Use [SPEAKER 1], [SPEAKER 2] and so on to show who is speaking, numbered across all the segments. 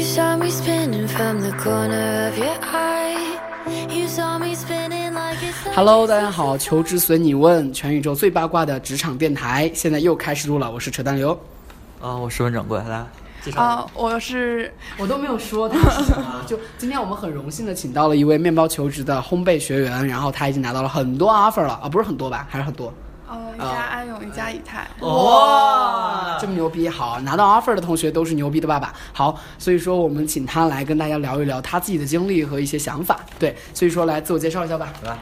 [SPEAKER 1] saw me spinning from the corner of your eye. You saw me spinning like it's the-
[SPEAKER 2] Hello，大家好，求职随你问，全宇宙最八卦的职场电台，现在又开始录了，我是扯淡刘。
[SPEAKER 3] 啊、我是温掌柜，来介绍、
[SPEAKER 4] 啊、我是
[SPEAKER 2] 我都没有说他是什 么，就今天我们很荣幸的请到了一位面包求职的烘焙学员，然后他已经拿到了很多 offer 了啊，不是很多吧，还是很多。
[SPEAKER 4] 呃一家安永，一家以太。
[SPEAKER 2] 哇，哦这么牛逼！好，拿到 offer 的同学都是牛逼的爸爸。好，所以说我们请他来跟大家聊一聊他自己的经历和一些想法。对，所以说来自我介绍一下吧。
[SPEAKER 3] 来，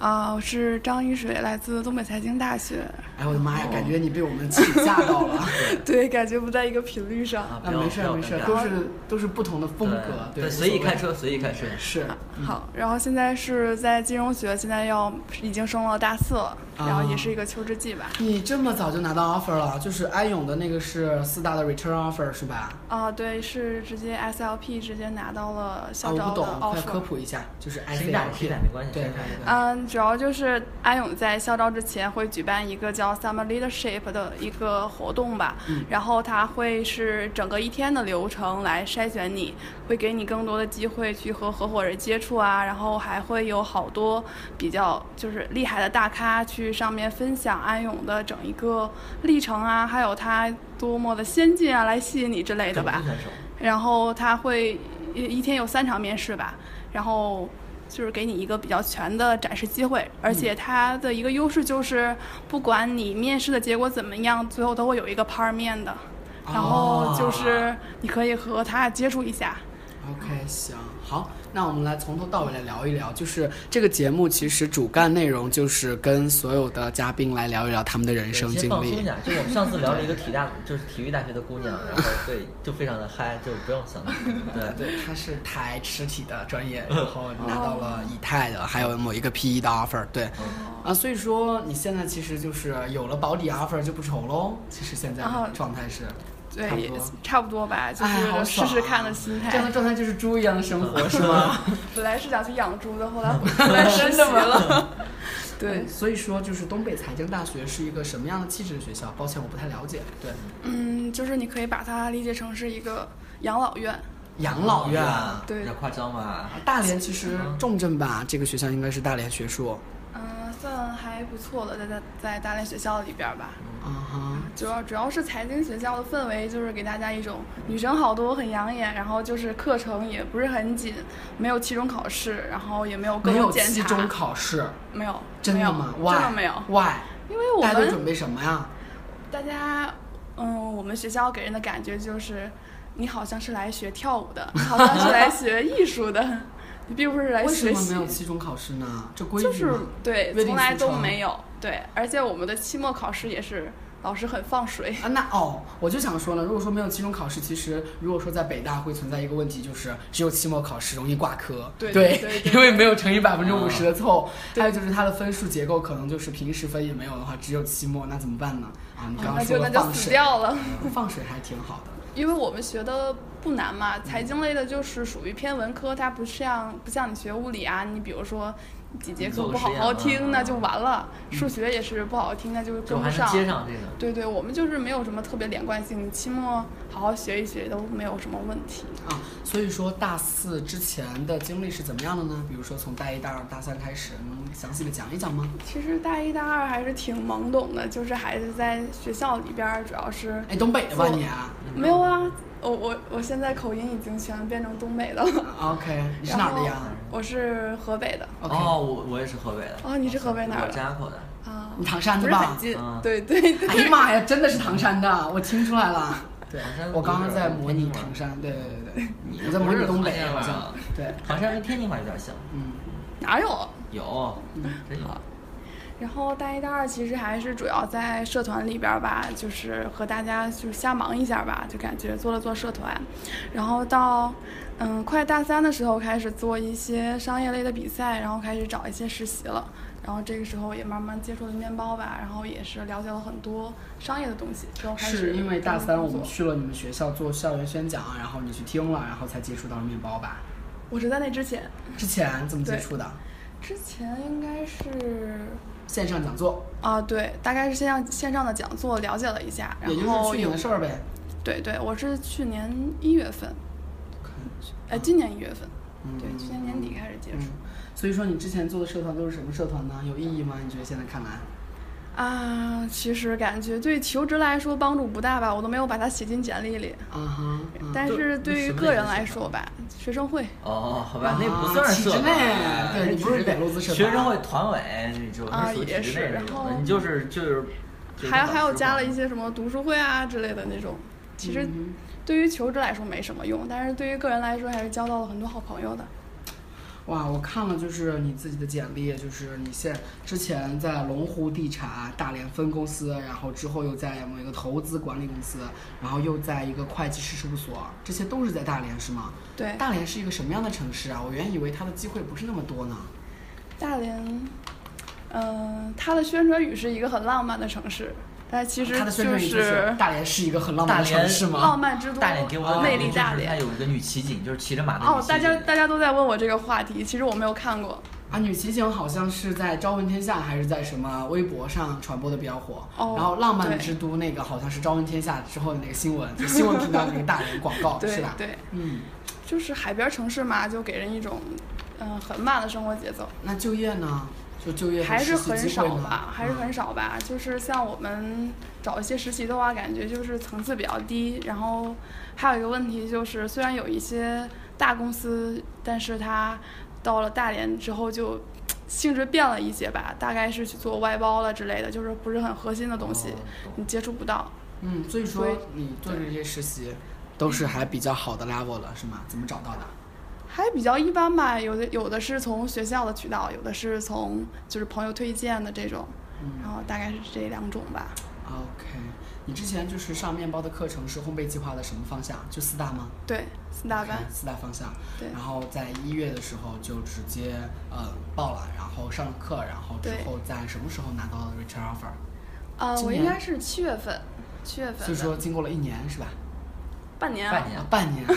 [SPEAKER 4] 啊、我是张一水，来自东北财经大学。
[SPEAKER 2] 哎，我的妈呀，感觉你被我们气吓到了。
[SPEAKER 4] 对，感觉不在一个频率上。
[SPEAKER 3] 啊，
[SPEAKER 2] 啊，
[SPEAKER 3] 不要
[SPEAKER 2] 没事
[SPEAKER 3] 不
[SPEAKER 2] 儿
[SPEAKER 3] 要
[SPEAKER 2] 没事儿，
[SPEAKER 3] 尴尬
[SPEAKER 2] 都是都是不同的风格，
[SPEAKER 3] 对
[SPEAKER 2] 对，
[SPEAKER 3] 随意开
[SPEAKER 2] 看
[SPEAKER 3] 车，随意开车。
[SPEAKER 2] 是。
[SPEAKER 4] 好，然后现在是在金融学，现在要已经升了大四了，然后也是一个求职季吧。
[SPEAKER 2] 你这么早就拿到 offer 了，就是安永的那个是四大的 return offer 是吧？
[SPEAKER 4] 啊、对，是直接 SLP 直接拿到了
[SPEAKER 2] 啊，
[SPEAKER 4] 校
[SPEAKER 2] 我
[SPEAKER 4] 招
[SPEAKER 2] 不
[SPEAKER 4] 的
[SPEAKER 2] 懂，快科
[SPEAKER 4] offer。
[SPEAKER 2] 普一下，就是
[SPEAKER 3] 谁敢谁
[SPEAKER 2] SLP
[SPEAKER 3] 敢没关系
[SPEAKER 2] 对
[SPEAKER 3] 谁
[SPEAKER 2] 对啊
[SPEAKER 3] 敢
[SPEAKER 2] 对。
[SPEAKER 4] 嗯，主要就是安永在校招之前会举办一个叫 Summer Leadership 的一个活动吧，然后它会是整个一天的流程来筛选你，会给你更多的机会去和合伙人接触啊，然后还会有好多比较就是厉害的大咖去上面分享安永的整一个历程啊，还有它多么的先进啊，来吸引你之类的吧。
[SPEAKER 3] 选手，
[SPEAKER 4] 然后他会一一天有三场面试吧，然后就是给你一个比较全的展示机会，而且它的一个优势就是，不管你面试的结果怎么样，最后都会有一个 par 面的，然后就是你可以和他接触一下。
[SPEAKER 2] OK，行，好，那我们来从头到尾来聊一聊，就是这个节目其实主干内容就是跟所有的嘉宾来聊一聊他们的人
[SPEAKER 3] 对
[SPEAKER 2] 生
[SPEAKER 3] 先
[SPEAKER 2] 经
[SPEAKER 3] 放松一
[SPEAKER 2] 历。
[SPEAKER 3] 下。就我们上次聊了一个体大，就是体育大学的姑娘，然后对，就非常的嗨，就不用想那么多。对，
[SPEAKER 2] 对，他是台实体的专业，然后拿到了以太的，还有某一个 PE 的 offer，对，
[SPEAKER 4] 哦
[SPEAKER 2] 啊，所以说你现在其实就是有了保底 offer 就不愁喽。其实现在的
[SPEAKER 4] 啊
[SPEAKER 2] 状态是，差不
[SPEAKER 4] 对
[SPEAKER 2] 多，
[SPEAKER 4] 差不多吧，就
[SPEAKER 2] 哎好
[SPEAKER 4] 是试
[SPEAKER 2] 爽
[SPEAKER 4] 试
[SPEAKER 2] 啊
[SPEAKER 4] 看的心
[SPEAKER 2] 这样
[SPEAKER 4] 态
[SPEAKER 2] 的。状态就是猪一样的生活是吗？
[SPEAKER 4] 本来是想去养猪的， 后来回来实习了。 对，
[SPEAKER 2] 所以说就是东北财经大学是一个什么样的气质的学校？抱歉，我不太了解。对，
[SPEAKER 4] 嗯，就是你可以把它理解成是一个养老院。
[SPEAKER 2] 养老院。
[SPEAKER 4] 对
[SPEAKER 3] 有点夸张吧？
[SPEAKER 2] 大连其实重镇吧，这个学校应该是大连学硕。
[SPEAKER 4] 嗯，算还不错的，在在在大连学校里边儿吧，
[SPEAKER 2] 啊哈，
[SPEAKER 4] 主要主要是财经学校的氛围，就是给大家一种女生好多，很养眼，然后就是课程也不是很紧，没有期中考试，然后也没有各
[SPEAKER 2] 没有
[SPEAKER 4] 种检查，
[SPEAKER 2] 期中考试，
[SPEAKER 4] 没有，
[SPEAKER 2] 真
[SPEAKER 4] 没
[SPEAKER 2] 的
[SPEAKER 4] 有
[SPEAKER 2] 吗
[SPEAKER 4] 真
[SPEAKER 2] ？Why？
[SPEAKER 4] 的没有，
[SPEAKER 2] Why？
[SPEAKER 4] 因为我
[SPEAKER 2] 大家都准
[SPEAKER 4] 们
[SPEAKER 2] 备什么呀？
[SPEAKER 4] 大家，嗯，我们学校给人的感觉就是，你好像是来学跳舞的，你好像 是来学艺术的，你并不是来
[SPEAKER 2] 为什
[SPEAKER 4] 学
[SPEAKER 2] 么
[SPEAKER 4] 习
[SPEAKER 2] 没。有期中考试呢？这规矩
[SPEAKER 4] 就
[SPEAKER 2] 吗
[SPEAKER 4] 是对，
[SPEAKER 2] 约定
[SPEAKER 4] 从来
[SPEAKER 2] 俗
[SPEAKER 4] 都
[SPEAKER 2] 成
[SPEAKER 4] 没有对，而且我们的期末考试也是老师很放水。
[SPEAKER 2] 啊，那哦，我就想说了，如果说没有期中考试，其实如果说在北大会存在一个问题，就是只有期末考试容易挂科，
[SPEAKER 4] 对对对对
[SPEAKER 2] 因为没有乘以百分之五十的凑，还有就是它的分数结构可能就是平时分也没有的话，只有期末，那怎么办呢？啊， 你刚
[SPEAKER 4] 哦那
[SPEAKER 2] 刚
[SPEAKER 4] 就
[SPEAKER 2] 说
[SPEAKER 4] 那
[SPEAKER 2] 了
[SPEAKER 4] 就
[SPEAKER 2] 放
[SPEAKER 4] 死
[SPEAKER 2] 水，
[SPEAKER 4] 掉了，
[SPEAKER 2] 放水还挺好的。
[SPEAKER 4] 因为我们学的不难嘛，财经类的就是属于偏文科，它不像不像你学物理啊，你比如说几节课
[SPEAKER 3] 做个
[SPEAKER 4] 不好
[SPEAKER 3] 实验
[SPEAKER 4] 好
[SPEAKER 3] 啊
[SPEAKER 4] 听那就完了，数学也是不好好听那
[SPEAKER 2] 嗯
[SPEAKER 4] 就
[SPEAKER 3] 就
[SPEAKER 4] 跟
[SPEAKER 3] 还
[SPEAKER 4] 不
[SPEAKER 3] 能
[SPEAKER 4] 上。
[SPEAKER 3] 接上这个。
[SPEAKER 4] 对对，我们就是没有什么特别连贯性，你期末好好学一学都没有什么问题。
[SPEAKER 2] 啊，所以说大四之前的经历是怎么样的呢？比如说从大一、大二、大三开始，能详细的讲一讲吗？
[SPEAKER 4] 其实大一大二还是挺懵懂的，就是还是在学校里边，儿，主要是
[SPEAKER 2] 哎，东北的吧
[SPEAKER 4] 我
[SPEAKER 2] 你、啊、
[SPEAKER 4] 没有啊，我我我现在口音已经全变成东北的了。
[SPEAKER 2] 啊？OK，你是哪儿的呀
[SPEAKER 4] 然后我是河北的
[SPEAKER 2] ？OK，、
[SPEAKER 3] 哦，我我也是河北的。
[SPEAKER 4] 哦你是河北哪儿的
[SPEAKER 3] 我张家口的。
[SPEAKER 4] 啊，
[SPEAKER 2] 你唐山
[SPEAKER 4] 不
[SPEAKER 2] 的
[SPEAKER 4] 是
[SPEAKER 2] 吧
[SPEAKER 4] 很？近
[SPEAKER 3] 嗯，
[SPEAKER 4] 对对
[SPEAKER 2] 哎呀妈呀，真的是唐山的，我听出来了。对
[SPEAKER 3] 唐
[SPEAKER 4] 嗯
[SPEAKER 3] 山，
[SPEAKER 2] 我刚刚
[SPEAKER 3] 不是
[SPEAKER 2] 在模拟唐山，对对对对，我在模拟东
[SPEAKER 4] 嗯
[SPEAKER 2] 北好像。对，
[SPEAKER 3] 唐山跟天津话有点像。
[SPEAKER 2] 嗯，
[SPEAKER 4] 哪有？
[SPEAKER 3] 有，真有。
[SPEAKER 4] 然后大一、大二其实还是主要在社团里边儿吧，就是和大家就是瞎忙一下吧，就感觉做了做社团，然后到嗯快大三的时候开始做一些商业类的比赛，然后开始找一些实习了，然后这个时候也慢慢接触了面包吧，然后也是了解了很多商业的东西，之后开始
[SPEAKER 2] 是因为大
[SPEAKER 4] 专门
[SPEAKER 2] 三我
[SPEAKER 4] 工
[SPEAKER 2] 们
[SPEAKER 4] 作
[SPEAKER 2] 去了你们学校做校园宣讲，然后你去听了，然后才接触到了面包吧。
[SPEAKER 4] 我是在那之前，
[SPEAKER 2] 之前怎么接
[SPEAKER 4] 对
[SPEAKER 2] 触的？
[SPEAKER 4] 之前应该是
[SPEAKER 2] 线上讲座，
[SPEAKER 4] 啊，对，大概是线上线上的讲座了解了一下，然
[SPEAKER 2] 也就是
[SPEAKER 4] 后
[SPEAKER 2] 去年
[SPEAKER 4] 有
[SPEAKER 2] 的事儿呗。
[SPEAKER 4] 对对，我是去年一月份，呃，今年一月份，
[SPEAKER 2] 嗯
[SPEAKER 4] 对，去年年底开始接触。
[SPEAKER 2] 所以说你之前做的社团都是什么社团呢？有意义吗？你觉得现在看来？
[SPEAKER 4] 啊，其实感觉对求职来说帮助不大吧，我都没有把它写进简历里。
[SPEAKER 2] 啊哈，嗯
[SPEAKER 4] 但
[SPEAKER 3] 都
[SPEAKER 4] 是对
[SPEAKER 3] 什
[SPEAKER 4] 于
[SPEAKER 3] 么
[SPEAKER 4] 个
[SPEAKER 3] 类型
[SPEAKER 4] 人
[SPEAKER 3] 的
[SPEAKER 4] 来
[SPEAKER 3] 社
[SPEAKER 4] 说吧，学生会
[SPEAKER 3] 哦，好吧，那
[SPEAKER 2] 啊
[SPEAKER 3] 不算是
[SPEAKER 2] 体
[SPEAKER 3] 社
[SPEAKER 2] 制
[SPEAKER 3] 团，啊
[SPEAKER 2] 内对
[SPEAKER 3] 那
[SPEAKER 2] 你不是
[SPEAKER 3] 体制内
[SPEAKER 2] 北路子社团啊
[SPEAKER 3] 学生会团委，你知道
[SPEAKER 4] 啊
[SPEAKER 3] 那属于
[SPEAKER 4] 也
[SPEAKER 3] 体制内
[SPEAKER 4] 是
[SPEAKER 3] 那
[SPEAKER 4] 然
[SPEAKER 3] 种
[SPEAKER 4] 后
[SPEAKER 3] 的，你就是就是，就是
[SPEAKER 4] 还有
[SPEAKER 3] 老
[SPEAKER 4] 还有
[SPEAKER 3] 师
[SPEAKER 4] 加
[SPEAKER 3] 嘛
[SPEAKER 4] 了一些什么读书会啊之类的那种。其实
[SPEAKER 2] 嗯
[SPEAKER 4] 对于求职来说没什么用，但是对于个人来说还是交到了很多好朋友的。
[SPEAKER 2] 哇，我看了，就是你自己的简历，就是你现之前在龙湖地产大连分公司，然后之后又在某一个投资管理公司，然后又在一个会计师事务所，这些都是在大连是吗？
[SPEAKER 4] 对，
[SPEAKER 2] 大连是一个什么样的城市啊？我原以为它的机会不是那么多呢。
[SPEAKER 4] 大连，嗯、它的宣传语是一个很浪漫的城市，但其实
[SPEAKER 2] 它的宣传语就
[SPEAKER 4] 就是
[SPEAKER 2] 是大连是一个很浪漫的
[SPEAKER 3] 大连
[SPEAKER 2] 城市
[SPEAKER 4] 浪
[SPEAKER 2] 吗？
[SPEAKER 4] 漫之都，
[SPEAKER 3] 大连给我的
[SPEAKER 4] 魅
[SPEAKER 3] 感觉
[SPEAKER 4] 力
[SPEAKER 3] 就
[SPEAKER 4] 大
[SPEAKER 3] 是它
[SPEAKER 4] 连。
[SPEAKER 3] 有一个女骑警，就是骑着马的女
[SPEAKER 4] 哦，
[SPEAKER 3] 骑
[SPEAKER 4] 大家
[SPEAKER 3] 警
[SPEAKER 4] 大家都在问我这个话题，其实我没有看过。
[SPEAKER 2] 啊，女骑警好像是在《朝闻天下》还是在什么微博上传播的比较火。
[SPEAKER 4] 哦
[SPEAKER 2] 然后浪漫
[SPEAKER 4] 对
[SPEAKER 2] 之都那个好像是《朝闻天下》之后的那个新闻，就新闻频道那个大连广
[SPEAKER 3] 哦
[SPEAKER 2] 告
[SPEAKER 4] 对
[SPEAKER 2] 是吧？
[SPEAKER 4] 对，
[SPEAKER 2] 嗯。
[SPEAKER 4] 就是海边城市嘛，就给人一种嗯、很慢的生活节奏，
[SPEAKER 2] 那就业呢？就就业和
[SPEAKER 4] 还
[SPEAKER 2] 实
[SPEAKER 4] 是
[SPEAKER 2] 习
[SPEAKER 4] 很
[SPEAKER 2] 机会嗯
[SPEAKER 4] 少
[SPEAKER 2] 呢
[SPEAKER 4] 吧，还是很少吧。就是像我们找一些实习的话，感觉就是层次比较低。然后还有一个问题就是，虽然有一些大公司，但是它到了大连之后就。性质变了一些吧，大概是去做外包了之类的，就是不是很核心的东西，
[SPEAKER 3] 哦懂
[SPEAKER 4] 你接触不到。
[SPEAKER 2] 嗯，所以说
[SPEAKER 4] 所以
[SPEAKER 2] 你做这些实习都是还比较好的 level 了，是吗？怎么找到的？
[SPEAKER 4] 还比较一般吧，有的有的是从学校的渠道，有的是从就是朋友推荐的这种，然后大概是这两种吧。
[SPEAKER 2] 嗯 OK，你之前就是上面包的课程是烘焙计划的什么方向？就四大吗？
[SPEAKER 4] 对，四大班
[SPEAKER 2] OK，四大方向。
[SPEAKER 4] 对
[SPEAKER 2] 然后在一月的时候就直接呃报了，然后上了课，然后之
[SPEAKER 4] 对
[SPEAKER 2] 后在什么时候拿到 return offer？
[SPEAKER 4] 啊、
[SPEAKER 2] 今
[SPEAKER 4] 我应
[SPEAKER 2] 年
[SPEAKER 4] 该是七月份，七月份的，
[SPEAKER 2] 所以说经过了一年是吧？
[SPEAKER 4] 半年啊，
[SPEAKER 3] 半年
[SPEAKER 2] 啊，半年。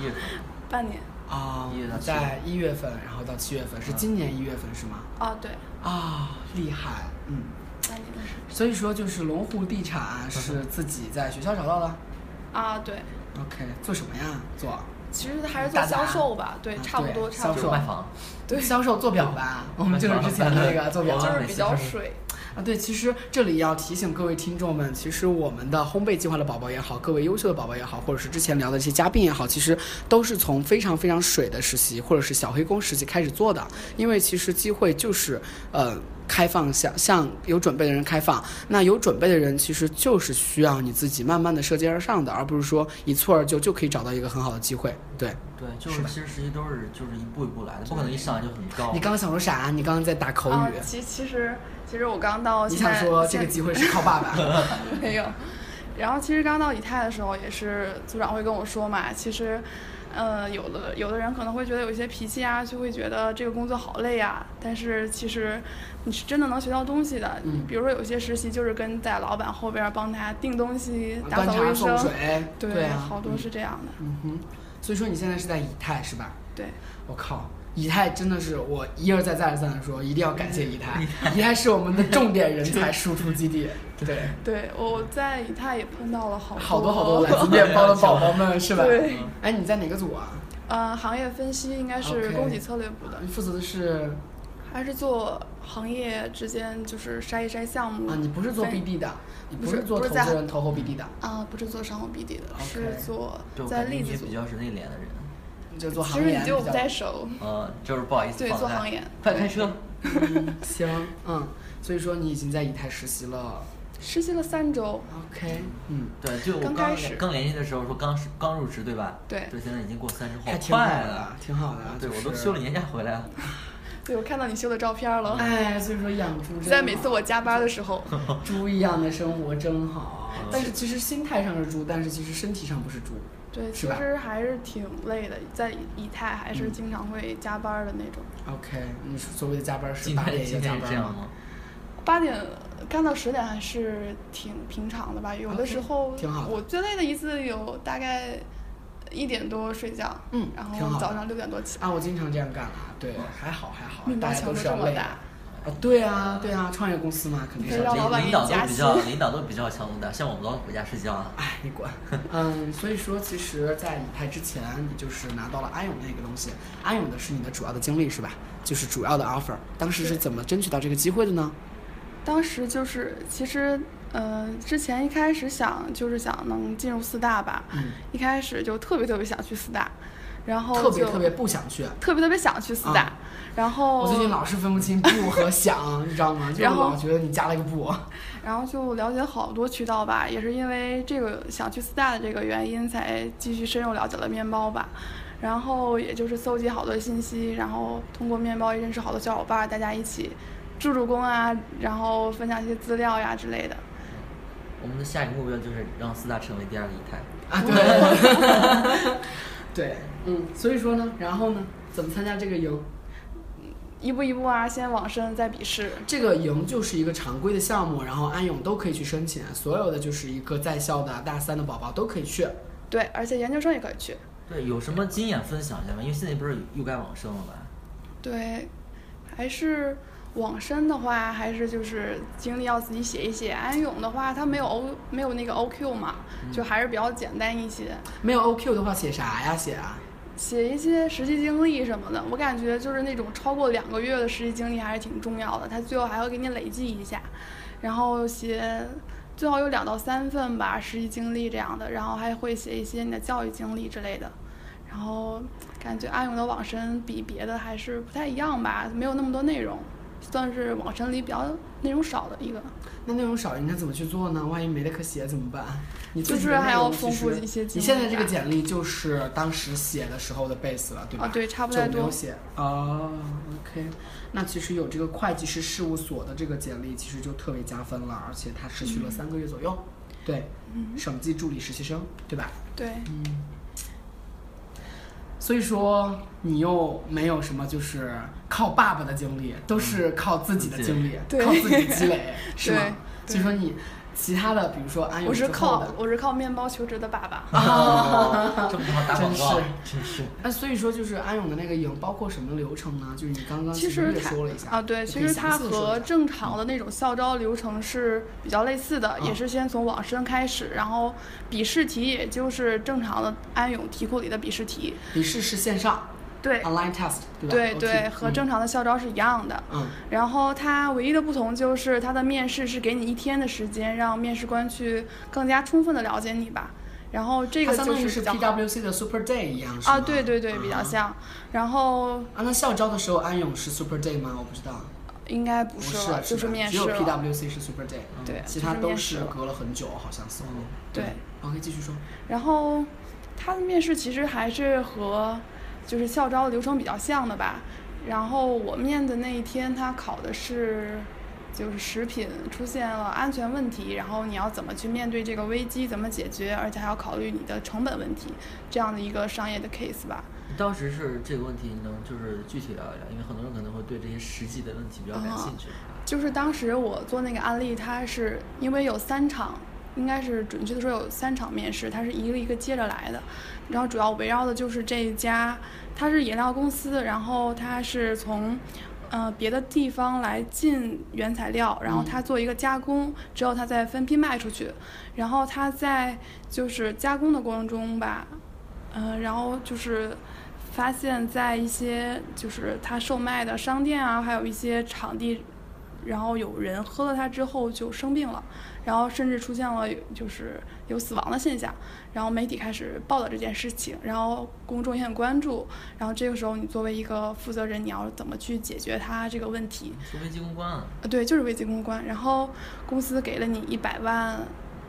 [SPEAKER 3] 一月份
[SPEAKER 4] 半年
[SPEAKER 2] 啊
[SPEAKER 3] 一月到，七月嗯
[SPEAKER 2] 在一月份，然后到七月份，是今年一月份是吗？
[SPEAKER 4] 啊，对，
[SPEAKER 2] 啊，厉害，嗯。
[SPEAKER 4] 半年的时间
[SPEAKER 2] 所以说，就是龙湖地产是自己在学校找到的。
[SPEAKER 4] 啊，对，
[SPEAKER 3] 嗯
[SPEAKER 2] OK，做什么呀？做
[SPEAKER 4] 其实还是
[SPEAKER 2] 大
[SPEAKER 4] 做
[SPEAKER 2] 家
[SPEAKER 4] 销售吧，对，
[SPEAKER 2] 啊
[SPEAKER 4] 差不多，
[SPEAKER 2] 对
[SPEAKER 4] 差
[SPEAKER 2] 销
[SPEAKER 3] 就
[SPEAKER 4] 不
[SPEAKER 3] 是
[SPEAKER 2] 售
[SPEAKER 4] 多，
[SPEAKER 3] 卖房，
[SPEAKER 4] 对
[SPEAKER 2] 销售做表吧，我们就是之前的那个做 表。
[SPEAKER 4] 就
[SPEAKER 3] 啊
[SPEAKER 4] 是
[SPEAKER 3] 每
[SPEAKER 4] 比
[SPEAKER 3] 次
[SPEAKER 4] 较
[SPEAKER 3] 都是
[SPEAKER 4] 水，
[SPEAKER 2] 啊，对，其实这里要提醒各位听众们，其实我们的烘焙计划的宝宝也好，各位优秀的宝宝也好，或者是之前聊的这些嘉宾也好，其实都是从非常非常水的实习或者是小黑工实习开始做的，因为其实机会就是呃开放向向有准备的人开放，那有准备的人其实就是需要你自己慢慢的涉阶而上的，而不是说一蹴而就就可以找到一个很好的机会。对
[SPEAKER 3] 对，就是是
[SPEAKER 2] 吧
[SPEAKER 3] 其实实习都是就是一步一步来的，不可能一上来就很高。
[SPEAKER 2] 你刚刚想说啥？你刚刚在打口
[SPEAKER 4] 啊
[SPEAKER 2] 语，，
[SPEAKER 4] 其其实其实我刚到
[SPEAKER 2] 你
[SPEAKER 4] 现
[SPEAKER 2] 想
[SPEAKER 4] 在，
[SPEAKER 2] 说这
[SPEAKER 4] 现
[SPEAKER 2] 个机会是靠爸爸？
[SPEAKER 4] 没有。然后其实刚到以太的时候，也是组长会跟我说嘛，其实，呃，有的有的人可能会觉得有一些脾气啊，就会觉得这个工作好累啊。但是其实你是真的能学到东西的。
[SPEAKER 2] 嗯
[SPEAKER 4] 比如说有些实习就是跟在老板后边儿帮他订东西、打
[SPEAKER 2] 啊端
[SPEAKER 4] 扫
[SPEAKER 2] 茶
[SPEAKER 4] 卫
[SPEAKER 2] 送
[SPEAKER 4] 生，
[SPEAKER 2] 水，
[SPEAKER 4] 对，
[SPEAKER 2] 啊，
[SPEAKER 4] 好多
[SPEAKER 2] 嗯
[SPEAKER 4] 是这样的。
[SPEAKER 2] 嗯哼，所以说你现在是在以太是吧？
[SPEAKER 4] 对，
[SPEAKER 2] 我靠，以太真的是我一而再再而三的说，一定要感谢以
[SPEAKER 4] 嗯
[SPEAKER 2] 太，以太是我们的重点人才输出基地，对，
[SPEAKER 4] 对我在以太也碰到了好多
[SPEAKER 2] 好多好多来自面包的宝宝们是吧？
[SPEAKER 4] 对，
[SPEAKER 2] 哎，你在哪个组啊？
[SPEAKER 4] 呃，行业分析应该是
[SPEAKER 2] OK
[SPEAKER 4] 供给策略部的
[SPEAKER 2] 你负责的是
[SPEAKER 4] 还是做行业之间就是筛一筛项目
[SPEAKER 2] 啊，你不是做
[SPEAKER 4] 分
[SPEAKER 2] BD 的，你
[SPEAKER 4] 不
[SPEAKER 2] 是
[SPEAKER 4] 是
[SPEAKER 2] 做
[SPEAKER 4] 不
[SPEAKER 2] 投
[SPEAKER 4] 是
[SPEAKER 2] 资
[SPEAKER 4] 在
[SPEAKER 2] 人投后 BD 的，
[SPEAKER 4] 啊，不是做商务 BD 的
[SPEAKER 2] OK
[SPEAKER 4] 是做
[SPEAKER 3] 对我
[SPEAKER 4] 在
[SPEAKER 3] 感觉
[SPEAKER 4] 栗
[SPEAKER 3] 你
[SPEAKER 4] 子
[SPEAKER 3] 也
[SPEAKER 4] 组
[SPEAKER 3] 比。较是内敛的人，
[SPEAKER 2] 就做
[SPEAKER 4] 其
[SPEAKER 2] 行
[SPEAKER 4] 实
[SPEAKER 2] 业
[SPEAKER 4] 你就嗯
[SPEAKER 2] 比
[SPEAKER 4] 不
[SPEAKER 2] 较。
[SPEAKER 4] 太熟，
[SPEAKER 3] 呃，就是不好意思
[SPEAKER 4] 对
[SPEAKER 3] 放
[SPEAKER 4] 做
[SPEAKER 3] 在
[SPEAKER 4] 行业
[SPEAKER 3] 快开车，
[SPEAKER 2] 行，嗯，所以说你已经在以太实习了
[SPEAKER 4] 实习了三周，
[SPEAKER 2] ，OK，嗯，
[SPEAKER 3] 对，就我
[SPEAKER 4] 刚
[SPEAKER 3] 刚
[SPEAKER 4] 开始
[SPEAKER 3] 刚联系的时候说刚是刚入职对吧？
[SPEAKER 4] 对
[SPEAKER 3] 对，现在已经过三十后，
[SPEAKER 2] 还挺好
[SPEAKER 3] 快
[SPEAKER 2] 的
[SPEAKER 3] 了，，
[SPEAKER 2] 挺好的，啊
[SPEAKER 3] 对
[SPEAKER 2] 就
[SPEAKER 3] 我都
[SPEAKER 2] 是
[SPEAKER 3] 休了年假回来 了。
[SPEAKER 4] 对我看到你修的照片了。
[SPEAKER 2] 哎，所以说养猪真
[SPEAKER 4] 在每
[SPEAKER 2] 好
[SPEAKER 4] 次我加班的 时候，
[SPEAKER 2] 猪一样的生活真好。但是其实心态上是猪，但是其实身体上不是猪。
[SPEAKER 4] 对，
[SPEAKER 2] 是
[SPEAKER 4] 其
[SPEAKER 2] 吧嗯
[SPEAKER 4] 实还是挺累的，在以太还是经常会加班的那种。
[SPEAKER 2] OK，你所谓的加班是
[SPEAKER 3] 今
[SPEAKER 2] 八
[SPEAKER 3] 天
[SPEAKER 2] 点也
[SPEAKER 3] 今
[SPEAKER 2] 加
[SPEAKER 3] 天也
[SPEAKER 2] 班
[SPEAKER 3] 这样
[SPEAKER 2] 吗？
[SPEAKER 3] 吗？
[SPEAKER 4] 八点干到十点还是挺平常的吧，有的
[SPEAKER 2] OK，
[SPEAKER 4] 时候
[SPEAKER 2] 啊挺好的
[SPEAKER 4] 我最累的一次有大概一点多睡觉，
[SPEAKER 2] 嗯
[SPEAKER 4] 然
[SPEAKER 2] 挺好
[SPEAKER 4] 后
[SPEAKER 2] 的
[SPEAKER 4] 早上六点多起。
[SPEAKER 2] 啊，我经常这样干啊，对，还好还好，
[SPEAKER 4] 面包
[SPEAKER 2] 大家
[SPEAKER 4] 强
[SPEAKER 2] 都
[SPEAKER 4] 度
[SPEAKER 2] 是
[SPEAKER 4] 这
[SPEAKER 2] 要
[SPEAKER 4] 么
[SPEAKER 2] 累的
[SPEAKER 4] 大。，
[SPEAKER 2] 啊，对啊，对啊，创业公司嘛，肯定
[SPEAKER 4] 对
[SPEAKER 2] 是
[SPEAKER 4] 让
[SPEAKER 2] 这样。
[SPEAKER 4] 老板
[SPEAKER 3] 领导
[SPEAKER 4] 给
[SPEAKER 3] 都
[SPEAKER 4] 你加
[SPEAKER 3] 比
[SPEAKER 4] 薪
[SPEAKER 3] 较，领导都比较强武的，像我们老回家睡觉啊。
[SPEAKER 2] 哎，你管。 嗯，所以说，其实，在以太之前，你就是拿到了安永那个东西，安永的是你的主要的经历是吧？就是主要的 offer，当时是怎么争取到这个机会的呢？
[SPEAKER 4] 当时就是其实。呃，之前一开始想就是想能进入四大吧，
[SPEAKER 2] 嗯
[SPEAKER 4] 一开始就特别特别想去四大，然后
[SPEAKER 2] 特别
[SPEAKER 4] 哦就
[SPEAKER 2] 特别不想去。
[SPEAKER 4] 特别特别想去四大，
[SPEAKER 2] 啊
[SPEAKER 4] 然后
[SPEAKER 2] 我最近老是分不清不和想，你知道 吗？就是
[SPEAKER 4] 哦然后
[SPEAKER 2] 老觉得你加了一个 啊不。
[SPEAKER 4] 然后就了解好多渠道吧，也是因为这个想去四大的这个原因，才继续深入了解了面包吧。然后也就是搜集好多信息，然后通过面包也认识好多小伙伴，大家一起助助攻啊，然后分享一些资料呀之类的。
[SPEAKER 3] 我们的下一个目标就是让四大成为第二个以太。
[SPEAKER 2] 啊，对， 对，嗯，所以说呢，然后呢，怎么参加这个营？
[SPEAKER 4] 一步一步啊，先往深，再笔试。
[SPEAKER 2] 这个营就是一个常规的项目，然后安永都可以去申请，所有的就是一个在校的大三的宝宝都可以去。
[SPEAKER 4] 对，而且研究生也可以去。
[SPEAKER 3] 对，有什么经验分享一下吗？因为现在不是又该往生了 吧？
[SPEAKER 4] 对，还是往深的话，还是就是经历要自己写一写。安永的话，它没有 O 没有那个 OQ 嘛，就还是比较简单一些。
[SPEAKER 2] 没有 OQ 的话写啥呀？写啊？
[SPEAKER 4] 写一些实际经历什么的，我感觉就是那种超过两个月的实际经历还是挺重要的，它最后还会给你累计一下，然后写最好有两到三份吧实际经历这样的，然后还会写一些你的教育经历之类的，然后感觉阿勇的网申比别的还是不太一样吧，没有那么多内容，算是网申里比较内容少的一个，
[SPEAKER 2] 那内容少应该怎么去做呢？万一没得可写怎么办？你自己
[SPEAKER 4] 就是
[SPEAKER 2] 的内
[SPEAKER 4] 还要
[SPEAKER 2] 容其
[SPEAKER 4] 丰富
[SPEAKER 2] 实
[SPEAKER 4] 一些
[SPEAKER 2] 你
[SPEAKER 4] 经
[SPEAKER 2] 现
[SPEAKER 4] 历
[SPEAKER 2] 在这个
[SPEAKER 4] 吧
[SPEAKER 2] 简历就是当时写的时候的 base 了，对吧？
[SPEAKER 4] 啊对差不太
[SPEAKER 2] 就没有
[SPEAKER 4] 多
[SPEAKER 2] 写哦，OK。那其实有这个会计师事务所的这个简历，其实就特别加分了，而且它持续
[SPEAKER 4] 嗯
[SPEAKER 2] 了三个月左右。对，审计助理实习生，对吧？
[SPEAKER 4] 对。
[SPEAKER 2] 所以说你又没有什么就是靠爸爸的经历，都是靠自己的经历，
[SPEAKER 4] 对
[SPEAKER 2] 靠自己积 累，是吗
[SPEAKER 4] 对？
[SPEAKER 2] 所
[SPEAKER 4] 对
[SPEAKER 2] 以说你其他的，比如说安永
[SPEAKER 4] 我是
[SPEAKER 2] 之后
[SPEAKER 4] 靠
[SPEAKER 2] 的，
[SPEAKER 4] 我是靠面包求职的爸爸，
[SPEAKER 3] 哦，这不好打广告，真是。
[SPEAKER 2] 那所以说就是安永的那个营包括什么流程呢？就是你刚刚
[SPEAKER 4] 呃其
[SPEAKER 2] 实
[SPEAKER 4] 实
[SPEAKER 2] 也
[SPEAKER 4] 它
[SPEAKER 2] 说了一下
[SPEAKER 4] 啊，对，
[SPEAKER 2] 你
[SPEAKER 4] 其
[SPEAKER 2] 可以
[SPEAKER 4] 实
[SPEAKER 2] 详
[SPEAKER 4] 它
[SPEAKER 2] 细地说
[SPEAKER 4] 和
[SPEAKER 2] 一下
[SPEAKER 4] 正常的那种校招流程是比较类似的，也
[SPEAKER 2] 嗯
[SPEAKER 4] 是先从网申开始，然后笔试题也就是正常的安永题库里的笔试题，
[SPEAKER 2] 笔试是线上
[SPEAKER 4] 对
[SPEAKER 2] online test，对吧？哦嗯
[SPEAKER 4] 对
[SPEAKER 2] OT
[SPEAKER 4] 对，和正常的校招是一样的。
[SPEAKER 2] 嗯
[SPEAKER 4] 然后它唯一的不同就是它的面试是给你一天的时间，让面试官去更加充分的了解你吧。然后这
[SPEAKER 2] 它
[SPEAKER 4] 个
[SPEAKER 2] 相
[SPEAKER 4] 就
[SPEAKER 2] 当于
[SPEAKER 4] 比较好
[SPEAKER 2] PWC 的 Super Day 一样是
[SPEAKER 4] 啊，
[SPEAKER 2] 吗
[SPEAKER 4] 对对对，比较
[SPEAKER 2] 啊
[SPEAKER 4] 像。然后
[SPEAKER 2] 啊，那校招的时候安永是 Super Day 吗？我不知道，
[SPEAKER 4] 应该不
[SPEAKER 2] 不
[SPEAKER 4] 是
[SPEAKER 2] 是
[SPEAKER 4] 了，
[SPEAKER 2] 吧
[SPEAKER 4] 就是面
[SPEAKER 2] 只
[SPEAKER 4] 试
[SPEAKER 2] 有
[SPEAKER 4] 了。
[SPEAKER 2] PWC 是 Super Day，嗯
[SPEAKER 4] 对
[SPEAKER 2] 其
[SPEAKER 4] 就
[SPEAKER 2] 他
[SPEAKER 4] 是
[SPEAKER 2] 都
[SPEAKER 4] 面试
[SPEAKER 2] 是
[SPEAKER 4] 了
[SPEAKER 2] 隔了很久，好像似乎。
[SPEAKER 4] 对。
[SPEAKER 2] OK，继续说。
[SPEAKER 4] 然后他的面试其实还是和就是校招的流程比较像的吧。然后我面的那一天，他考的是就是食品出现了安全问题，然后你要怎么去面对这个危机，怎么解决，而且还要考虑你的成本问题这样的一个商业的 case 吧。
[SPEAKER 3] 你当时是这个问题，你能就是具体聊一聊，因为很多人可能会对这些实际的问题比较感
[SPEAKER 4] 哦
[SPEAKER 3] 兴趣。啊
[SPEAKER 4] 就是当时我做那个案例，它是因为有三场，应该是准确的说有三场面试，它是一个一个接着来的，然后主要围绕的就是这一家，它是饮料公司，然后它是从。呃，别的地方来进原材料，然后它做一个加工，之后它再分批卖出去，然后它在就是加工的过程中吧，嗯，然后就是发现，在一些就是他售卖的商店啊，还有一些场地，然后有人喝了它之后就生病了，然后甚至出现了有就是有死亡的现象，然后媒体开始报道这件事情，然后公众也很关注，然后这个时候你作为一个负责人，你要怎么去解决它这个问题？
[SPEAKER 3] 说危机公关啊，
[SPEAKER 4] 呃，对，就是危机公关。然后公司给了你一百万，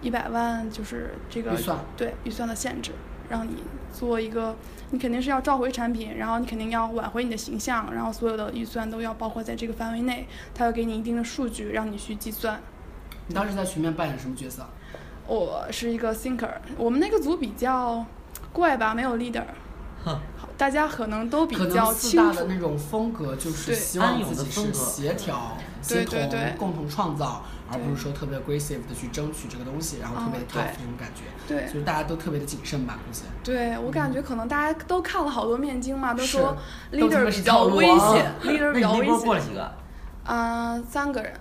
[SPEAKER 4] 一百万就是这个
[SPEAKER 2] 预算
[SPEAKER 4] 对预算的限制，让你做一个，你肯定是要召回产品，然后你肯定要挽回你的形象，然后所有的预算都要包括在这个范围内。它要给你一定的数据，让你去计算。
[SPEAKER 2] 你当时在群面扮演什么角色？
[SPEAKER 4] 我是一个 thinker，我们那个组比较怪吧，没有 leader，
[SPEAKER 3] 哼，
[SPEAKER 4] 好大家可能都比
[SPEAKER 2] 可能
[SPEAKER 4] 较
[SPEAKER 2] 四
[SPEAKER 4] 清
[SPEAKER 2] 大
[SPEAKER 4] 楚
[SPEAKER 2] 的。那种风格就是
[SPEAKER 4] 对嗯
[SPEAKER 2] 希望
[SPEAKER 3] 安永
[SPEAKER 2] 自
[SPEAKER 3] 的
[SPEAKER 2] 己
[SPEAKER 3] 风
[SPEAKER 2] 是
[SPEAKER 3] 格
[SPEAKER 2] 协调、协
[SPEAKER 4] 对
[SPEAKER 2] 同
[SPEAKER 4] 对对、
[SPEAKER 2] 共同创造，而
[SPEAKER 4] 对
[SPEAKER 2] 不是说特别 aggressive 的去争取这个东西，然后特别
[SPEAKER 4] 嗯
[SPEAKER 2] tough
[SPEAKER 4] 对
[SPEAKER 2] 这种感觉。
[SPEAKER 4] 对
[SPEAKER 2] 就是大家都特别的谨慎吧，估计。
[SPEAKER 4] 对我感觉可能大家都看了好多面经嘛，
[SPEAKER 2] 嗯
[SPEAKER 4] 都
[SPEAKER 2] 是
[SPEAKER 4] 说
[SPEAKER 2] 都他妈
[SPEAKER 4] leader
[SPEAKER 2] 是
[SPEAKER 4] 比
[SPEAKER 2] 套
[SPEAKER 4] 较
[SPEAKER 2] 路
[SPEAKER 4] 危
[SPEAKER 2] 啊
[SPEAKER 4] 险，leader
[SPEAKER 3] 那
[SPEAKER 4] 比
[SPEAKER 3] 你
[SPEAKER 4] 较
[SPEAKER 3] 那
[SPEAKER 4] 危
[SPEAKER 3] 波
[SPEAKER 4] 险
[SPEAKER 3] 过。了几个？
[SPEAKER 4] 嗯、三个人，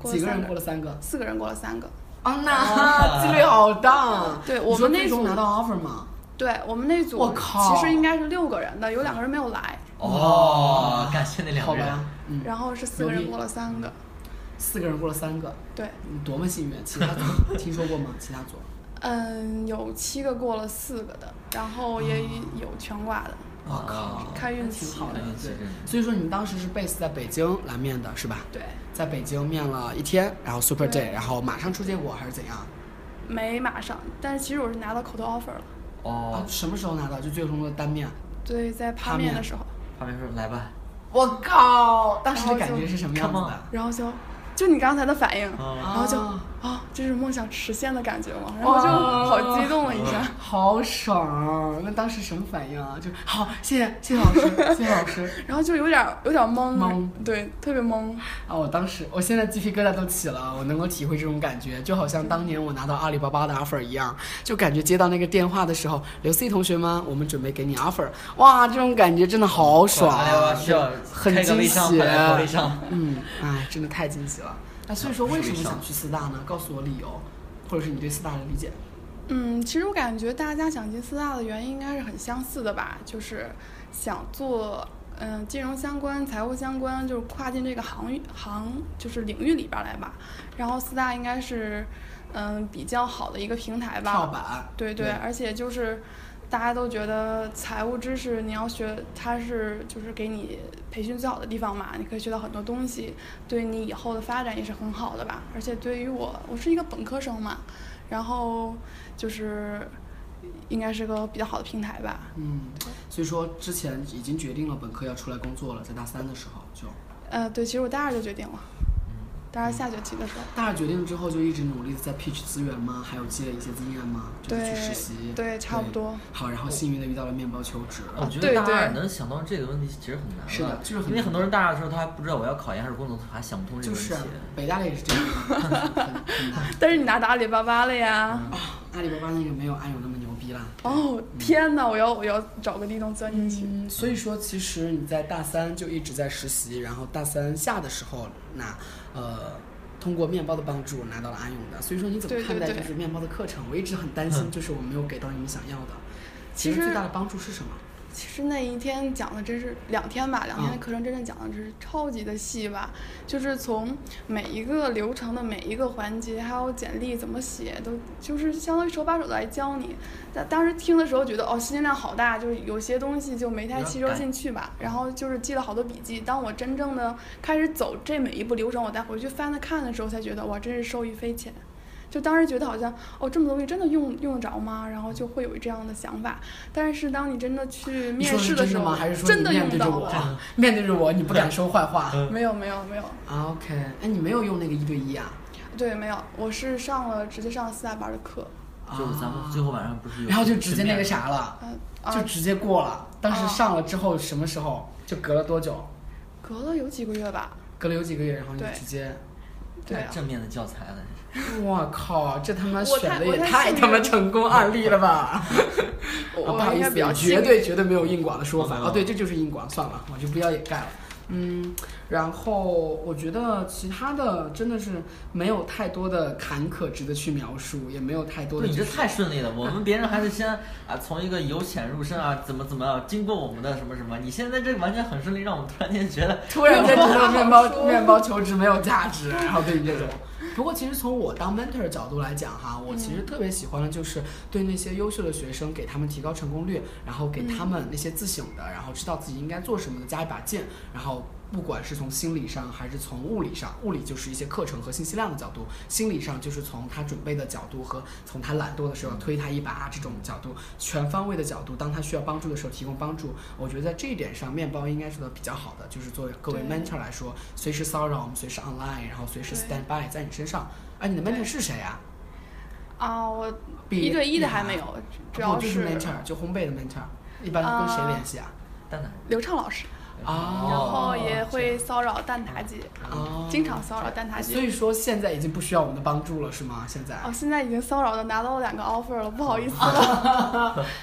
[SPEAKER 4] 过了
[SPEAKER 2] 几个人
[SPEAKER 4] 三
[SPEAKER 2] 过了三个？
[SPEAKER 4] 四个人过了三个。
[SPEAKER 2] 啊， 那几率好大。啊
[SPEAKER 4] 对
[SPEAKER 2] 你
[SPEAKER 4] 我
[SPEAKER 2] 说
[SPEAKER 4] 们那
[SPEAKER 2] 最终
[SPEAKER 4] 组
[SPEAKER 2] 拿到 offer 吗？
[SPEAKER 4] 对我们那组，
[SPEAKER 2] 我靠
[SPEAKER 4] 其实应该是六个人的，有两个人没有来，
[SPEAKER 3] 哦，感谢那两
[SPEAKER 2] 好
[SPEAKER 3] 个
[SPEAKER 2] 吧
[SPEAKER 3] 人。，
[SPEAKER 2] 嗯，
[SPEAKER 4] 然后是四个
[SPEAKER 2] 牛
[SPEAKER 4] 人
[SPEAKER 2] 逼
[SPEAKER 4] 过了三个。
[SPEAKER 2] 四个人过了三个，
[SPEAKER 4] 对，
[SPEAKER 2] 你多么幸运！其他 组听说过吗？其他组
[SPEAKER 4] 嗯，有七个过了四个的，然后也有全挂的，
[SPEAKER 3] 我靠，
[SPEAKER 4] 看运
[SPEAKER 2] 啊哦挺
[SPEAKER 4] 气。
[SPEAKER 2] 好的
[SPEAKER 3] 运，气
[SPEAKER 2] 对
[SPEAKER 3] 真的。
[SPEAKER 2] 所以说你们当时是 base 在北京来面的是吧？
[SPEAKER 4] 对，
[SPEAKER 2] 在北京面了一天，然后 super
[SPEAKER 4] 对
[SPEAKER 2] day，然后马上出结果还是怎样？
[SPEAKER 4] 没马上，但是其实我是拿到口头 offer 了。
[SPEAKER 2] 啊
[SPEAKER 3] 哦，，
[SPEAKER 2] 什么时候拿到？就最终的单面。
[SPEAKER 4] 对，在
[SPEAKER 2] 趴
[SPEAKER 4] 趴面
[SPEAKER 2] 面
[SPEAKER 4] 的时候，
[SPEAKER 3] 旁边说来吧，
[SPEAKER 2] 我靠！当时的
[SPEAKER 4] 然后
[SPEAKER 2] 感
[SPEAKER 4] 就
[SPEAKER 2] 觉是什么样子
[SPEAKER 3] come
[SPEAKER 2] 的
[SPEAKER 3] on？
[SPEAKER 4] 然后就就你刚才的反应，
[SPEAKER 3] 哦
[SPEAKER 4] 然后就
[SPEAKER 2] 啊
[SPEAKER 4] 啊、这是梦想实现的感觉嘛，然后就好激动了一下。
[SPEAKER 2] 好爽、那当时什么反应啊？就好，谢谢谢谢老师，谢谢老师。
[SPEAKER 4] 然后就有点有点懵，
[SPEAKER 2] 懵
[SPEAKER 4] 对，特别懵。
[SPEAKER 2] 啊，我当时，我现在鸡皮疙瘩都起了，啊我能够体会这种感觉，就好像当年我拿到阿里巴巴的 offer 一样，就感觉接到那个电话的时候，刘思怡同学吗？我们准备给你 offer，哇，这种感觉真的好爽啊
[SPEAKER 3] 哎呀，，需要
[SPEAKER 2] 很
[SPEAKER 3] 开个微
[SPEAKER 2] 惊
[SPEAKER 3] 商，
[SPEAKER 2] 喜，
[SPEAKER 3] 快来微商。
[SPEAKER 2] 嗯，哎，真的太惊喜了。那所以说，为什么想去四大呢？告诉我理由，或者是你对四大的理解。
[SPEAKER 4] 嗯，其实我感觉大家想进四大的原因应该是很相似的吧，就是想做嗯金融相关、财务相关，就是跨进这个行域行就是领域里边儿来吧。然后四大应该是嗯比较好的一个平台吧，
[SPEAKER 2] 跳板，
[SPEAKER 4] 对对，而且就是大家都觉得财务知识你要学，它是就是给你培训最好的地方嘛，你可以学到很多东西，对你以后的发展也是很好的吧。而且对于我，我是一个本科生嘛，然后就是应该是个比较好的平台吧。
[SPEAKER 2] 嗯，所以说之前已经决定了本科要出来工作了，在大三的时候就
[SPEAKER 4] 呃，对，其实我大二就决定了，大二下学期的时候。
[SPEAKER 2] 大二决定之后就一直努力地在 pitch 资源吗？还有积累一些经验吗？就是去实习，
[SPEAKER 4] 对对差不多。嗯
[SPEAKER 2] 好，然后幸运的遇到了面包求职，
[SPEAKER 3] 我觉
[SPEAKER 4] 对
[SPEAKER 3] 得大二
[SPEAKER 4] 对
[SPEAKER 3] 能想到这个问题其实很难了，
[SPEAKER 2] 是的就是很难
[SPEAKER 3] 因为很多人大二的时候他还不知道我要考研还是工作，他还想不通这
[SPEAKER 2] 就
[SPEAKER 3] 个问
[SPEAKER 2] 是
[SPEAKER 3] 题
[SPEAKER 2] 啊。北大的也是这样，很很很难。
[SPEAKER 4] 但是你拿到阿里巴巴了呀！
[SPEAKER 2] 啊，阿里巴巴那个没有安永那么牛逼啦。
[SPEAKER 4] 哦天哪，我要我要找个地洞钻进去。
[SPEAKER 2] 嗯，所以说其实你在大三就一直在实习，然后大三下的时候那呃。通过面包的帮助拿到了安永的，所以说你怎么
[SPEAKER 4] 对对
[SPEAKER 2] 看待
[SPEAKER 4] 对
[SPEAKER 2] 就是面包的课程？我一直很担心，就是我没有给到你们想要的。
[SPEAKER 4] 其
[SPEAKER 2] 最
[SPEAKER 4] 实
[SPEAKER 2] 大的帮助是什么？
[SPEAKER 4] 其实那一天讲的真是两天吧，两天的
[SPEAKER 2] 嗯
[SPEAKER 4] 课程真正讲的真是超级的细吧，就是从每一个流程的每一个环节，还有简历怎么写，都就是相当于手把手的来教你。但当时听的时候觉得哦，信息量好大，就是有些东西就没太
[SPEAKER 3] 有点
[SPEAKER 4] 吸收
[SPEAKER 3] 赶
[SPEAKER 4] 进去吧。然后就是记了好多笔记。当我真正的开始走这每一步流程，我再回去翻着看的时候，才觉得哇，真是受益匪浅。就当时觉得好像哦，这么多东西真的用用得着吗？然后就会有这样的想法。但是当你真的去
[SPEAKER 2] 你
[SPEAKER 4] 面
[SPEAKER 2] 说
[SPEAKER 4] 试
[SPEAKER 2] 是
[SPEAKER 4] 的
[SPEAKER 2] 真
[SPEAKER 4] 时
[SPEAKER 2] 的
[SPEAKER 4] 候，
[SPEAKER 2] 吗？还是说
[SPEAKER 4] 真
[SPEAKER 2] 你
[SPEAKER 4] 的
[SPEAKER 2] 面
[SPEAKER 4] 用
[SPEAKER 2] 对着
[SPEAKER 4] 到
[SPEAKER 2] 我嗯
[SPEAKER 4] 了。，
[SPEAKER 2] 面对着我，你不敢说坏话
[SPEAKER 4] 没有没有没有，
[SPEAKER 2] 啊？OK，哎，你没有用那个一对一啊？
[SPEAKER 4] 对没有，我是上了直接上了四大班的课，
[SPEAKER 3] 就是咱们最后晚上不是有，
[SPEAKER 2] 啊然后就直接那个，啥了，
[SPEAKER 4] 嗯、
[SPEAKER 2] 就
[SPEAKER 4] 啊，
[SPEAKER 2] 直接过了。当时
[SPEAKER 4] 啊
[SPEAKER 2] 上了之后，什么时候？就隔了多久？
[SPEAKER 4] 隔了有几个月吧，
[SPEAKER 2] 隔了有几个月，然后你就
[SPEAKER 4] 对
[SPEAKER 2] 直接，
[SPEAKER 4] 对
[SPEAKER 2] 哎
[SPEAKER 3] 太
[SPEAKER 4] 啊，
[SPEAKER 3] 正面的教材了。
[SPEAKER 2] 我靠，这他妈
[SPEAKER 4] 我
[SPEAKER 2] 选
[SPEAKER 4] 太
[SPEAKER 2] 的
[SPEAKER 4] 我
[SPEAKER 2] 也
[SPEAKER 4] 太
[SPEAKER 2] 太
[SPEAKER 4] 幸运
[SPEAKER 2] 他妈
[SPEAKER 4] 了
[SPEAKER 2] 成功案例了吧！啊，
[SPEAKER 4] 我
[SPEAKER 2] 不
[SPEAKER 4] 我
[SPEAKER 2] 好
[SPEAKER 4] 应
[SPEAKER 2] 意
[SPEAKER 4] 该比较
[SPEAKER 2] 思，
[SPEAKER 4] 幸
[SPEAKER 2] 绝
[SPEAKER 4] 运。哦
[SPEAKER 2] 对绝对没有硬广的说法
[SPEAKER 3] 嗯
[SPEAKER 2] 啊。对，这就是硬广，算了，我就不要掩盖了。嗯，然后我觉得其他的真的是没有太多的坎坷值得去描述，也没有太多的
[SPEAKER 3] 对，你
[SPEAKER 2] 就
[SPEAKER 3] 这
[SPEAKER 2] 是
[SPEAKER 3] 太顺利了。我们别人还是先啊，从一个由浅入深啊，怎么怎么样，经过我们的什么什么，你现在这个完全很顺利，让我们突然间觉得
[SPEAKER 2] 突然间觉得面包
[SPEAKER 4] 没有话好说
[SPEAKER 2] 面包求职没有价值，然后对你这种。不过其实从我当 mentor 的角度来讲哈，我
[SPEAKER 4] 嗯
[SPEAKER 2] 其实特别喜欢的就是对那些优秀的学生，给他们提高成功率，然后给
[SPEAKER 4] 嗯
[SPEAKER 2] 他们那些自省的，然后知道自己应该做什么的加一把劲，然后。不管是从心理上还是从物理上，物理就是一些课程和信息量的角度，心理上就是从他准备的角度和从他懒惰的时候推他一把这种角度，全方位的角度，当他需要帮助的时候提供帮助。我觉得在这一点上，面包应该做的比较好的，就是作为各位
[SPEAKER 4] 对
[SPEAKER 2] mentor 来说，随时骚扰我们，随时 online，然后随时
[SPEAKER 4] 对
[SPEAKER 2] stand by 在你身上。哎，你的
[SPEAKER 4] 对
[SPEAKER 2] mentor 是谁啊？
[SPEAKER 4] 啊，我
[SPEAKER 2] 比
[SPEAKER 4] 一对一的还
[SPEAKER 2] 你
[SPEAKER 4] 没
[SPEAKER 2] 啊
[SPEAKER 4] 有，主
[SPEAKER 2] 不
[SPEAKER 4] 要
[SPEAKER 2] 就是 mentor，就烘焙的 mentor，一般跟谁联系啊？
[SPEAKER 3] 蛋蛋。
[SPEAKER 4] 刘畅老师，
[SPEAKER 2] 啊
[SPEAKER 4] 然后也
[SPEAKER 3] 这
[SPEAKER 4] 会骚扰蛋挞姐，
[SPEAKER 2] 哦
[SPEAKER 4] 呃经常骚扰蛋挞姐
[SPEAKER 2] 所。以说现在已经不需要我们的帮助了，是吗？现在
[SPEAKER 4] 哦，现在已经骚扰的拿到了两个 offer 了，不好意思
[SPEAKER 2] 哦
[SPEAKER 4] 了，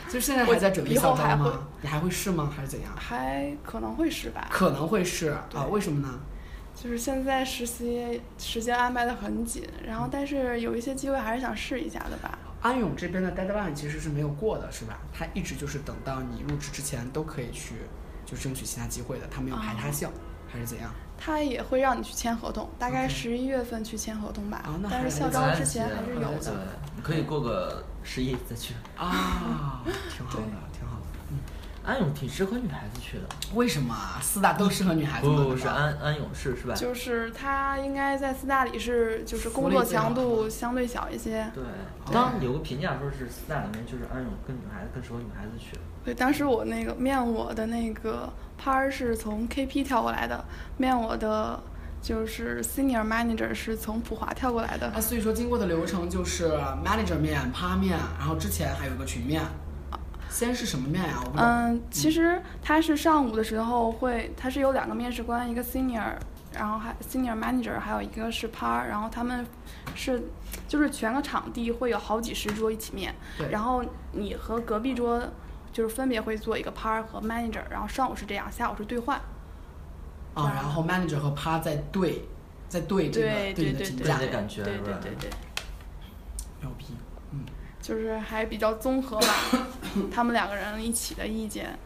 [SPEAKER 2] 就现在
[SPEAKER 4] 我
[SPEAKER 2] 还在准备
[SPEAKER 4] 以后
[SPEAKER 2] 校招
[SPEAKER 4] 还会
[SPEAKER 2] 吗？你还会试吗？还是怎样？
[SPEAKER 4] 还可能会失败。
[SPEAKER 2] 可能会是啊
[SPEAKER 4] 对？
[SPEAKER 2] 为什么呢？
[SPEAKER 4] 就是现在实习时间安排的很紧，然
[SPEAKER 2] 嗯
[SPEAKER 4] 后但是有一些机会还是想试一下的吧。
[SPEAKER 2] 安永这边的 deadline 其实是没有过的，是吧？他一直就是等到你入职之前都可以去，就争取其他机会的，他没有排
[SPEAKER 4] 哦
[SPEAKER 2] 他项、还是怎样？
[SPEAKER 4] 他也会让你去签合同，大概
[SPEAKER 2] OK
[SPEAKER 4] 十一月份去签合同吧。
[SPEAKER 2] 哦那
[SPEAKER 4] 但
[SPEAKER 2] 还
[SPEAKER 4] 是
[SPEAKER 2] 是
[SPEAKER 4] 校
[SPEAKER 2] 早
[SPEAKER 4] 招之前还是有
[SPEAKER 3] 对
[SPEAKER 4] 的。，
[SPEAKER 3] 你可以过个十一再去。
[SPEAKER 4] 哦
[SPEAKER 2] 啊，挺好的，挺好的。
[SPEAKER 3] 安永挺适合女孩子去的，
[SPEAKER 2] 为什么啊？四大都适合女孩子
[SPEAKER 3] 不
[SPEAKER 2] 吗？
[SPEAKER 3] 不
[SPEAKER 2] 难
[SPEAKER 3] 是
[SPEAKER 2] 道
[SPEAKER 3] 安安永市是吧？
[SPEAKER 4] 就是他应该在四大里是就是工
[SPEAKER 2] 福
[SPEAKER 4] 作
[SPEAKER 2] 利最好
[SPEAKER 4] 强度相对小一些。
[SPEAKER 3] 对，
[SPEAKER 2] 对
[SPEAKER 3] 当时有个评价说是四大里面就是安永更女孩子更适合女孩子去。
[SPEAKER 4] 对，当时我那个面我的那个拍儿是从 KP 跳过来的，面我的就是 senior manager 是从普华跳过来的
[SPEAKER 2] 啊，。所以说经过的流程就是 manager 面、趴面，然后之前还有一个群面。先是什么面啊呀、我不懂。
[SPEAKER 4] 嗯，其实他是上午的时候会，他是有两个面试官，一个 senior，然后还 senior manager，还有一个是 par，然后他们是就是全个场地会有好几十桌一起面
[SPEAKER 2] 对，
[SPEAKER 4] 然后你和隔壁桌就是分别会做一个 par 和 manager，然后上午是这样，下午是兑换。
[SPEAKER 2] 啊，然后 manager 和趴在对，在对这个你的
[SPEAKER 4] 对对
[SPEAKER 2] 评
[SPEAKER 4] 对
[SPEAKER 3] 对
[SPEAKER 2] 价
[SPEAKER 3] 你，的感觉
[SPEAKER 4] 对
[SPEAKER 3] 是
[SPEAKER 4] 对
[SPEAKER 3] 吧
[SPEAKER 4] 对对，
[SPEAKER 2] 牛逼。
[SPEAKER 4] 就是还比较综合吧，他们两个人一起的意见。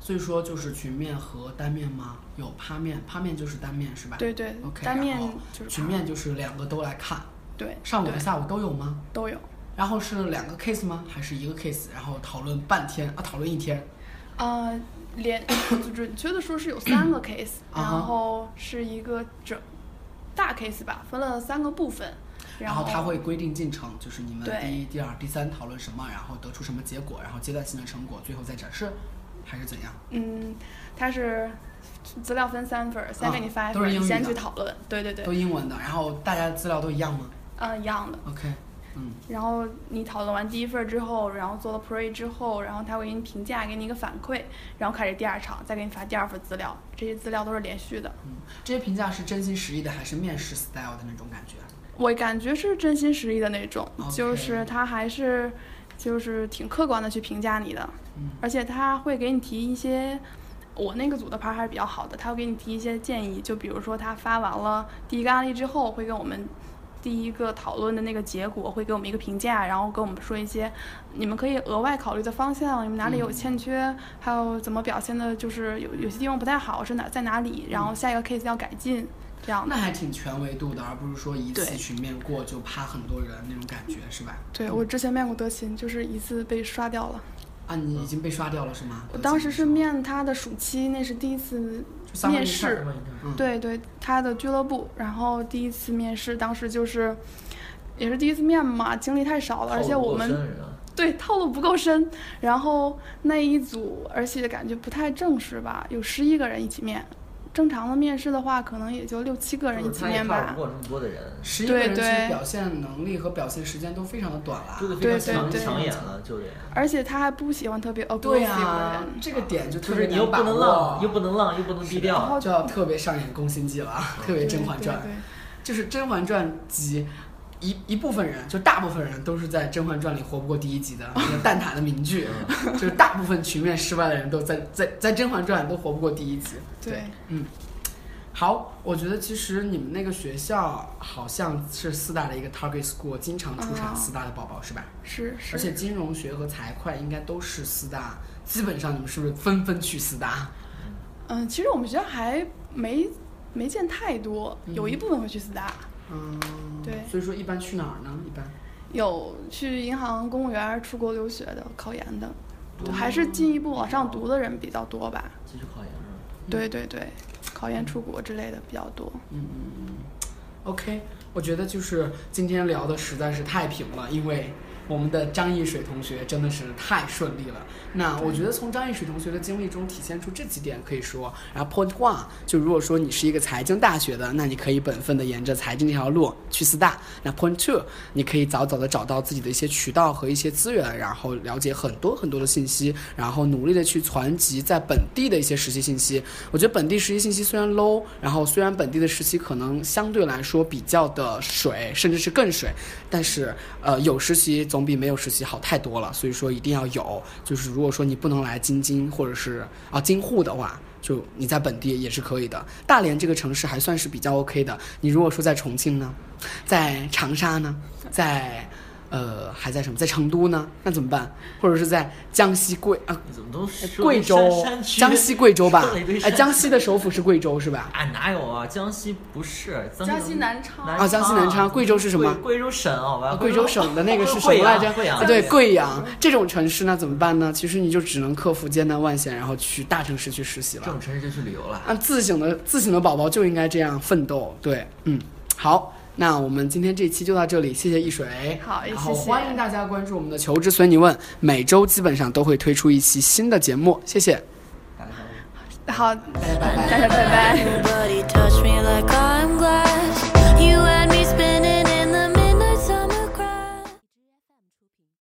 [SPEAKER 2] 所以说就是群面和单面吗？有趴面，趴面就是单面是吧？
[SPEAKER 4] 对对
[SPEAKER 2] OK，
[SPEAKER 4] 单面
[SPEAKER 2] 然后
[SPEAKER 4] 就是
[SPEAKER 2] 群面就是两个都来看，
[SPEAKER 4] 对
[SPEAKER 2] 上午和
[SPEAKER 4] 对
[SPEAKER 2] 下午都有吗？
[SPEAKER 4] 都有。
[SPEAKER 2] 然后是两个 case 吗？还是一个 case？然后讨论半天啊，讨论一天。
[SPEAKER 4] 啊，连 就准确的说是有 三个 case，
[SPEAKER 2] 啊哈
[SPEAKER 4] 然后是一个整大 case 吧，分了三个部分，
[SPEAKER 2] 然
[SPEAKER 4] 后
[SPEAKER 2] 他会规定进程，就是你们
[SPEAKER 4] 对
[SPEAKER 2] 第一、第二、第三讨论什么，然后得出什么结果，然后阶段性的成果，最后再展示，还是怎样？
[SPEAKER 4] 嗯，他是资料分三份儿，先给你发一
[SPEAKER 2] 啊都
[SPEAKER 4] 份儿，
[SPEAKER 2] 是英
[SPEAKER 4] 你
[SPEAKER 2] 语
[SPEAKER 4] 先
[SPEAKER 2] 的
[SPEAKER 4] 去讨论，对对对
[SPEAKER 2] 都，英文的，然后大家资料都一样吗
[SPEAKER 4] 嗯，一样的。
[SPEAKER 2] ？OK，嗯，
[SPEAKER 4] 然后你讨论完第一份儿之后，然后做了 pre 之后，然后他会给你评价，给你一个反馈，然后开始第二场，再给你发第二份资料，这些资料都是连续的。
[SPEAKER 2] 嗯，这些评价是真心实意的，还是面试 style 的那种感觉？
[SPEAKER 4] 我感觉是真心实意的那种
[SPEAKER 2] OK
[SPEAKER 4] 就是他还是就是挺客观的去评价你的，
[SPEAKER 2] 嗯
[SPEAKER 4] 而且他会给你提一些。我那个组的牌还是比较好的，他会给你提一些建议，就比如说他发完了第一个案例之后，会跟我们第一个讨论的那个结果会给我们一个评价，然后跟我们说一些你们可以额外考虑的方向，你们哪里有欠缺，还有怎么表现的，就是有有些地方不太好是哪在哪里，然后下一个 case 要改进，这样的。
[SPEAKER 2] 那还挺全维度的，而不是说一次
[SPEAKER 4] 对
[SPEAKER 2] 群面过就趴很多人那种感觉，是吧？
[SPEAKER 4] 对我之前面过德勤，就是一次被刷掉了。
[SPEAKER 2] 啊，你已经被刷掉了是吗？
[SPEAKER 4] 我当时是面他的暑期，那是第一
[SPEAKER 3] 嗯
[SPEAKER 4] 次
[SPEAKER 2] 就相
[SPEAKER 4] 面
[SPEAKER 2] 当于
[SPEAKER 4] 试，
[SPEAKER 2] 嗯
[SPEAKER 4] 对对，他的俱乐部，然后第一次面试，当时就是也是第一次面嘛，经历太少了，而且
[SPEAKER 3] 套
[SPEAKER 4] 我
[SPEAKER 3] 路不够
[SPEAKER 4] 们
[SPEAKER 3] 深人啊
[SPEAKER 4] 对套路不够深，然后那一组，而且感觉不太正式吧，有十一个人一起面，正常的面试的话，可能也就六七个人一
[SPEAKER 3] 就是
[SPEAKER 4] 起
[SPEAKER 3] 他也
[SPEAKER 4] 面
[SPEAKER 3] 跨
[SPEAKER 4] 吧
[SPEAKER 3] 不。过这么多的人，
[SPEAKER 2] 十一个人其
[SPEAKER 4] 对
[SPEAKER 2] 实
[SPEAKER 4] 对
[SPEAKER 2] 表现能力和表现时间都非常的短啦。
[SPEAKER 3] 这个非
[SPEAKER 4] 对
[SPEAKER 3] 常抢
[SPEAKER 4] 对
[SPEAKER 3] 抢眼了，就得。
[SPEAKER 4] 而且他还不喜欢特别 aggressive
[SPEAKER 2] 对
[SPEAKER 4] 的
[SPEAKER 3] 啊
[SPEAKER 2] 呀、
[SPEAKER 4] 人，
[SPEAKER 2] 这个点就特
[SPEAKER 3] 就是
[SPEAKER 2] 别
[SPEAKER 3] 你
[SPEAKER 2] 难
[SPEAKER 3] 又不
[SPEAKER 2] 把
[SPEAKER 3] 能
[SPEAKER 2] 握
[SPEAKER 3] 浪，又不能浪，又不能低
[SPEAKER 4] 然
[SPEAKER 3] 调。
[SPEAKER 4] 后
[SPEAKER 2] 就要特别上演宫心计了 啊，特别《
[SPEAKER 4] 对
[SPEAKER 2] 甄嬛
[SPEAKER 4] 对
[SPEAKER 2] 传》
[SPEAKER 4] 对
[SPEAKER 2] 就是《甄嬛传》集。一一部分人，就大部分人都是在《甄嬛传》里活不过第一集的，那个蛋挞的名句， 就是大部分局面失败的人都在在在《甄嬛传》都活不过第一集。嗯
[SPEAKER 4] 对。
[SPEAKER 2] 好，我觉得其实你们那个学校好像是四大的一个 target school，经常出产
[SPEAKER 4] 嗯
[SPEAKER 2] 四大的宝宝、是吧？
[SPEAKER 4] 是是，
[SPEAKER 2] 而且金融学和财会应该都是四大，基本上你们是不是纷纷去四大？
[SPEAKER 4] 嗯，其实我们学校还没没见太多，有一
[SPEAKER 2] 嗯
[SPEAKER 4] 部分会去四大，
[SPEAKER 2] 嗯，
[SPEAKER 4] 对
[SPEAKER 2] 所以说一般去哪儿呢？一般
[SPEAKER 4] 有去银行、公务员、出国留学的、考研的，对还是进一步往上读的人比较多吧。
[SPEAKER 3] 继续考研是
[SPEAKER 4] 对对对，考研出国之类的比较多。
[SPEAKER 2] OK，我觉得就是今天聊的实在是太平了，因为我们的张艺水同学真的是太顺利了。那我觉得从张艺水同学的经历中体现出这几点，可以说，然后 Point One 就如果说你是一个财经大学的，那你可以本分的沿着财经这条路去四大。那 Point Two 你可以早早的找到自己的一些渠道和一些资源，然后了解很多很多的信息，然后努力的去攒集在本地的一些实习信息。我觉得本地实习信息虽然 low，然后虽然本地的实习可能相对来说比较的水，甚至是更水，但是呃有实习总。总比没有实习好太多了。所以说一定要有，就是如果说你不能来京津或者是啊京沪的话，就你在本地也是可以的。大连这个城市还算是比较 OK 的。你如果说在重庆呢，在长沙呢，在呃还在什么，在成都呢，那怎么办？或者是在江西贵啊
[SPEAKER 3] 你怎么都 说
[SPEAKER 2] 贵州
[SPEAKER 3] 山、区
[SPEAKER 2] 江西贵州吧
[SPEAKER 3] 说了一堆？
[SPEAKER 2] 哎，
[SPEAKER 3] 山
[SPEAKER 2] 江西的首府是贵州是吧？
[SPEAKER 3] 啊，哪有啊？江西不是，
[SPEAKER 4] 江西南昌
[SPEAKER 3] 南
[SPEAKER 2] 啊江西南昌贵州是什么
[SPEAKER 3] 贵贵州省，好吧，
[SPEAKER 2] 啊贵州省的那个是什
[SPEAKER 3] 贵
[SPEAKER 2] 么来
[SPEAKER 3] 阳
[SPEAKER 2] 着？
[SPEAKER 3] 贵阳
[SPEAKER 2] 啊对，贵阳这种城市那怎么办呢？其实你就只能克服艰难万险，然后去大城市去实习
[SPEAKER 3] 这
[SPEAKER 2] 了
[SPEAKER 3] 种。城市就去旅游了。
[SPEAKER 2] 啊，自省的自省的宝宝就应该这样奋斗。对，嗯，好。那我们今天这期就到这里，谢谢易水。
[SPEAKER 4] 好也
[SPEAKER 2] 然后
[SPEAKER 4] 谢谢
[SPEAKER 2] 欢迎大家关注我们的《求职随你问》，每周基本上都会推出一期新的节目。谢谢，
[SPEAKER 3] 打个招呼
[SPEAKER 4] 好，
[SPEAKER 2] 拜拜。
[SPEAKER 4] 大家拜拜。
[SPEAKER 1] Nobody touched me like I